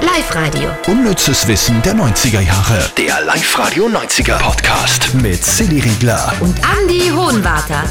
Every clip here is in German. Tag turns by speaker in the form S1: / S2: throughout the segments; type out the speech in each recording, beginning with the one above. S1: Live-Radio.
S2: Unnützes Wissen der 90er Jahre.
S3: Der Live-Radio 90er Podcast.
S2: Mit Silly Riegler.
S1: Und Andy Hohenwarter.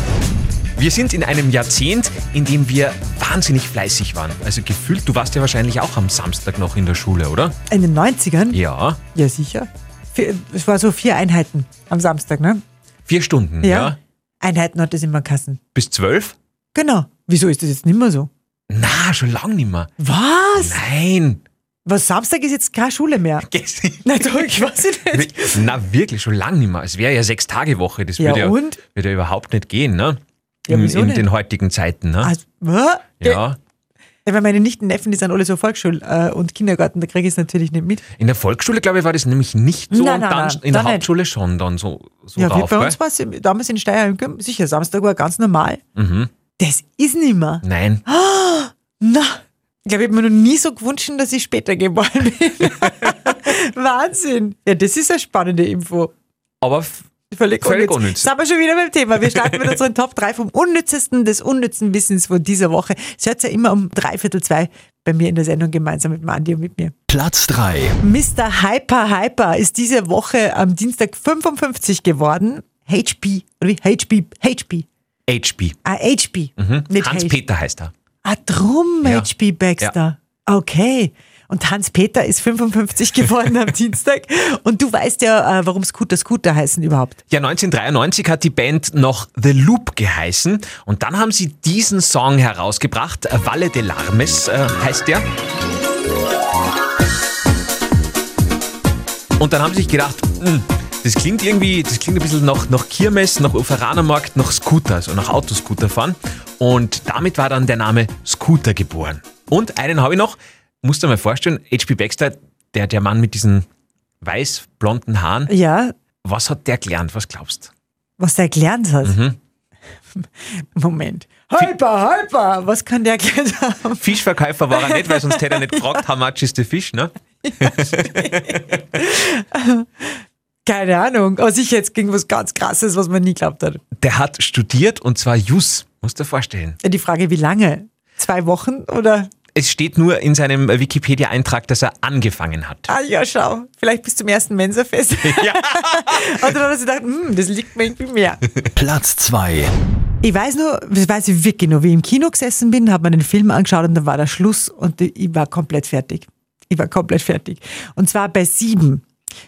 S4: Wir sind in einem Jahrzehnt, in dem wir wahnsinnig fleißig waren. Also gefühlt, du warst ja wahrscheinlich auch am Samstag noch in der Schule, oder?
S5: In den 90ern?
S4: Ja.
S5: Ja, sicher. Vier- Es war so vier Einheiten am Samstag, ne?
S4: Vier Stunden, ja?
S5: Einheiten hat es immer Kassen.
S4: Bis zwölf?
S5: Genau. Wieso ist das jetzt nicht mehr so?
S4: Na, schon lang nicht mehr.
S5: Was?
S4: Nein.
S5: Was, Samstag ist jetzt keine Schule mehr? Nein, doch, ich weiß es nicht.
S4: Na, wirklich, schon lang nicht mehr. Es wäre ja sechs Tage Woche. Das
S5: Ja,
S4: würde, ja,
S5: und?
S4: würde ja überhaupt nicht gehen, ne?
S5: Ja,
S4: in
S5: wieso
S4: in
S5: denn?
S4: den heutigen Zeiten, ne?
S5: Also, wa?
S4: ja.
S5: Weil meine Nichten, Neffen, die sind alle so Volksschul- äh, und Kindergarten, da kriege ich es natürlich nicht mit.
S4: In der Volksschule, glaube ich, war das nämlich nicht so.
S5: Nein,
S4: und
S5: nein,
S4: dann
S5: nein,
S4: in der
S5: dann nicht.
S4: Hauptschule schon dann so, so
S5: ja,
S4: rauf,
S5: wir, bei
S4: gell?
S5: uns war es im- damals in Steyr, im Gym, sicher, Samstag war ganz normal.
S4: Mhm.
S5: Das ist nicht mehr.
S4: Nein.
S5: Na, ich glaube, ich habe mir noch nie so gewünscht, dass ich später geboren bin. Wahnsinn. Ja, das ist eine spannende Info.
S4: Aber f-
S5: Völlig,
S4: Völlig unnütz.
S5: unnütz. Sind wir schon wieder beim Thema. Wir starten mit unseren Top 3 vom unnützesten des unnützen Wissens von dieser Woche. Es hört ja immer um dreiviertel zwei bei mir in der Sendung gemeinsam mit Mandy und mit mir.
S2: Platz 3.
S5: Mr. Hyper Hyper ist diese Woche am Dienstag 55 geworden. HB, oder wie? HB, HB.
S4: HB.
S5: Ah, HB. nicht H B.
S4: Hans-Peter heißt er.
S5: Ah, drum
S4: Ja.
S5: H.P. Baxter. Okay. Und Hans-Peter ist 55 geworden am Dienstag. Und du weißt ja, äh, warum Scooter Scooter heißen überhaupt.
S4: Ja, 1993 hat die Band noch The Loop geheißen und dann haben sie diesen Song herausgebracht. Valle de Larmes äh, heißt der. Und dann haben sie sich gedacht, "Hm, das klingt irgendwie, das klingt ein bisschen nach, nach Kirmes, nach Uferanermarkt, nach Scooter, also nach Autoscooter fahren. Und damit war dann der Name Scooter geboren. Und einen habe ich noch, musst du dir mal vorstellen, H.P. Baxter, der, der Mann mit diesen weiß-blonden Haaren,
S5: Ja,
S4: was hat der gelernt? Was glaubst
S5: was der gelernt hat.
S4: Mhm.
S5: Moment. Hyper, Hyper, was kann der gelernt haben?
S4: Fischverkäufer war er nicht, weil sonst hätte er nicht gefragt, how much is the fish, ne?
S5: Keine Ahnung. Aber sicher, jetzt ging was ganz Krasses, was man nie glaubt hat.
S4: Der hat studiert und zwar Jus. Musst dir vorstellen.
S5: Die Frage, wie lange? Zwei Wochen oder?
S4: Es steht nur in seinem Wikipedia-Eintrag, dass er angefangen hat.
S5: Ah ja, schau. Vielleicht bis zum ersten Mensafest.
S4: Ja.
S5: Und dann hat er sich gedacht, hm, das liegt mir irgendwie mehr.
S2: Platz 2.
S5: Ich weiß nur, das weiß ich wirklich nur, wie ich im Kino gesessen bin, habe mir den Film angeschaut und dann war der Schluss und ich war komplett fertig. Ich war komplett fertig. Und zwar bei sieben.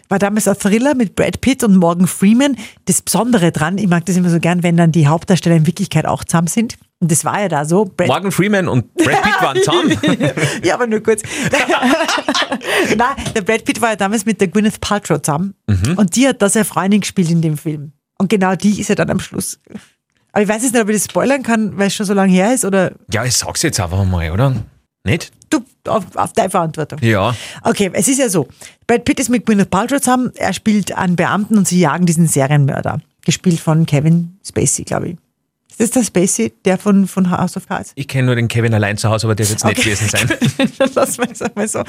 S5: War damals ein Thriller mit Brad Pitt und Morgan Freeman. Das Besondere dran, ich mag das immer so gern, wenn dann die Hauptdarsteller in Wirklichkeit auch zusammen sind. Und das war ja da so. Brad
S4: Morgan Freeman und Brad Pitt waren zusammen.
S5: ja, aber nur kurz. Nein, der Brad Pitt war ja damals mit der Gwyneth Paltrow zusammen
S4: Mhm.
S5: und die hat da seine Freundin gespielt in dem Film. Und genau die ist ja dann am Schluss. Aber ich weiß jetzt nicht, ob ich das spoilern kann, weil es schon so lange her ist oder
S4: Ja, ich sag's jetzt einfach mal, oder? Nicht?
S5: du auf, auf deine Verantwortung.
S4: Ja.
S5: Okay, es ist ja so. Brad Pitt ist mit Gwyneth Paltrow zusammen, er spielt einen Beamten und sie jagen diesen Serienmörder. Gespielt von Kevin Spacey, glaube ich. Ist das der Spacey, der von, von House of Cards?
S4: Ich kenne nur den Kevin allein zu Hause, aber der wird's nicht
S5: Okay.
S4: gewesen sein.
S5: Dann lassen wir es einmal so.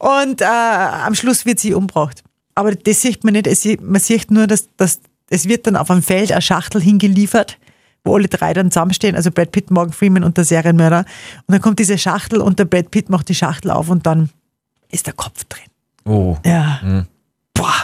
S5: Und äh, am Schluss wird sie umgebracht. Aber das sieht man nicht. Es, sieht- man sieht nur, dass, dass es wird dann auf einem Feld eine Schachtel hingeliefert, wo alle drei dann zusammenstehen, also Brad Pitt, Morgan Freeman und der Serienmörder. Und dann kommt diese Schachtel und der Brad Pitt macht die Schachtel auf und dann ist der Kopf drin.
S4: Oh.
S5: Ja. Boah,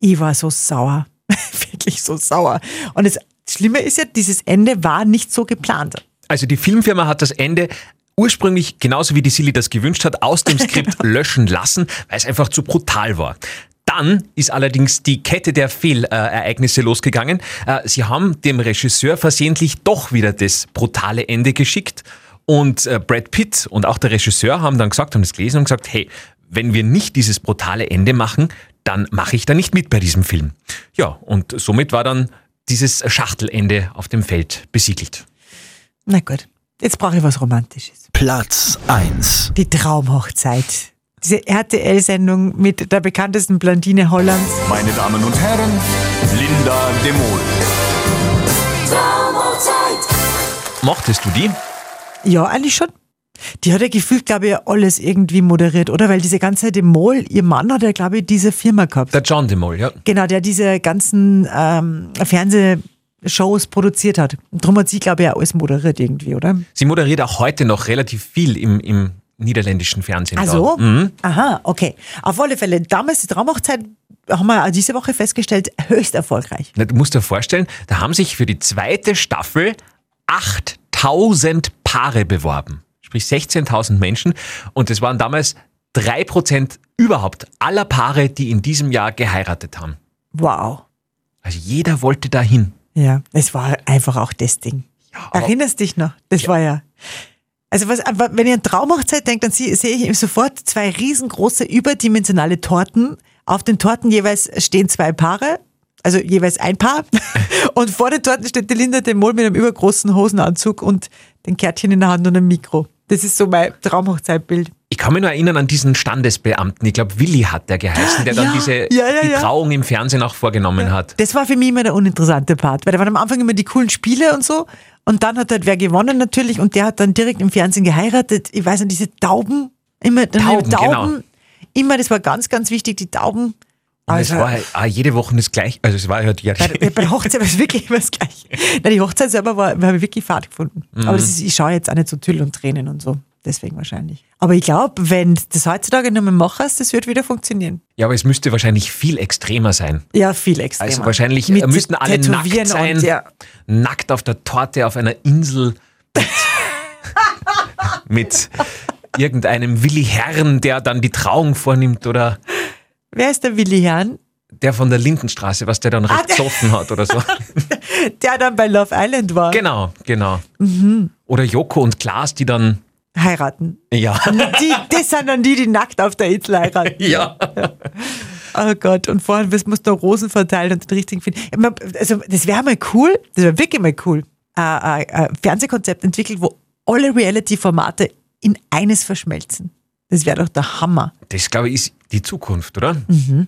S5: ich war so sauer. Wirklich so sauer. Und das Schlimme ist ja, dieses Ende war nicht so geplant.
S4: Also die Filmfirma hat das Ende ursprünglich, genauso wie die Silly das gewünscht hat, aus dem Skript löschen lassen, weil es einfach zu brutal war. Dann ist allerdings die Kette der Fehlereignisse losgegangen. Äh, Sie haben dem Regisseur versehentlich doch wieder das brutale Ende geschickt. Und äh, Brad Pitt und auch der Regisseur haben dann gesagt, haben das gelesen und gesagt, hey, wenn wir nicht dieses brutale Ende machen, dann mache ich da nicht mit bei diesem Film. Ja, und somit war dann dieses Schachtelende auf dem Feld besiegelt.
S5: Na gut, jetzt brauche ich was Romantisches.
S2: Platz 1.
S5: Die Traumhochzeit. Diese RTL-Sendung mit der bekanntesten Blondine Hollands.
S6: Meine Damen und Herren, Linda de Mol.
S4: Mochtest du die?
S5: Ja, eigentlich schon. Die hat ja gefühlt, glaube ich, alles irgendwie moderiert, oder? Weil diese ganze Demol, ihr Mann hat ja, glaube ich, diese Firma gehabt.
S4: Der John DeMol, ja.
S5: genau, der diese ganzen ähm, Fernsehshows produziert hat. Drum hat sie, glaube ich, auch alles moderiert irgendwie, oder?
S4: Sie moderiert auch heute noch relativ viel im, im niederländischen Fernsehen.
S5: Also,
S4: schauen. Mhm.
S5: aha, okay. Auf alle Fälle, damals die Traumhochzeit haben wir diese Woche festgestellt, höchst erfolgreich.
S4: Na, du musst dir vorstellen, da haben sich für die zweite Staffel 8000 Paare beworben. Sprich 16.000 Menschen. Und das waren damals 3% überhaupt aller Paare, die in diesem Jahr geheiratet haben.
S5: Wow.
S4: Also jeder wollte dahin.
S5: Ja, es war einfach auch das Ding.
S4: aber-
S5: Erinnerst dich noch? Das war ja. Also was, aber wenn ihr an Traumhochzeit denkt, dann sie- sehe ich eben sofort zwei riesengroße überdimensionale Torten. Auf den Torten jeweils stehen zwei Paare, also jeweils ein Paar. und vor den Torten steht die Linda de Mol mit einem übergroßen Hosenanzug und den Kärtchen in der Hand und einem Mikro. Das ist so mein Traumhochzeitbild.
S4: Ich kann mich nur erinnern an diesen Standesbeamten. Ich glaube, Willi hat der geheißen, der
S5: Ja,
S4: dann diese
S5: ja, ja,
S4: die
S5: ja.
S4: Trauung im Fernsehen auch vorgenommen hat.
S5: Das war für mich immer der uninteressante Part, weil da waren am Anfang immer die coolen Spiele und so. Und dann hat halt wer gewonnen natürlich und der hat dann direkt im Fernsehen geheiratet. Ich weiß nicht, diese Tauben, immer dann
S4: Tauben, genau.
S5: immer, das war ganz, ganz wichtig, die Tauben. Also
S4: Und es war halt, ah, jede Woche das gleiche. Also es war halt ja,
S5: bei, der- bei der Hochzeit war es wirklich immer das Gleiche. Nein, die Hochzeit selber war, habe ich wirklich Fahrt gefunden.
S4: Mhm.
S5: Aber das ist, ich schaue jetzt auch nicht so Tüll und Tränen und so. Deswegen wahrscheinlich. Aber ich glaube, wenn du das heutzutage nicht mehr machst, das wird wieder funktionieren.
S4: ja, aber es müsste wahrscheinlich viel extremer sein.
S5: Ja, viel extremer.
S4: Also wahrscheinlich
S5: Mit
S4: äh, müssten alle
S5: Tätowieren
S4: nackt sein.
S5: Und, ja.
S4: Nackt auf der Torte auf einer Insel mit, mit irgendeinem Willi Herren, der dann die Trauung vornimmt oder
S5: Wer ist der Willi Herrn?
S4: der von der Lindenstraße, was der dann recht
S5: Ah, der-
S4: gesoffen hat oder so.
S5: der dann bei Love Island war,
S4: genau, genau.
S5: Mhm.
S4: Oder Joko und Klaas, die dann
S5: heiraten.
S4: ja,
S5: Die, das sind dann die, die nackt auf der Insel heiraten.
S4: ja.
S5: Oh Gott, und vorhin wirst- musst du noch Rosen verteilen und den richtigen finden. Ich mein, Also, das wäre mal cool, das wäre wirklich mal cool, ein, ein, ein Fernsehkonzept entwickelt, wo alle Reality-Formate in eines verschmelzen. Das wäre doch der Hammer.
S4: Das glaube ich ist die Zukunft, oder?
S5: Mhm.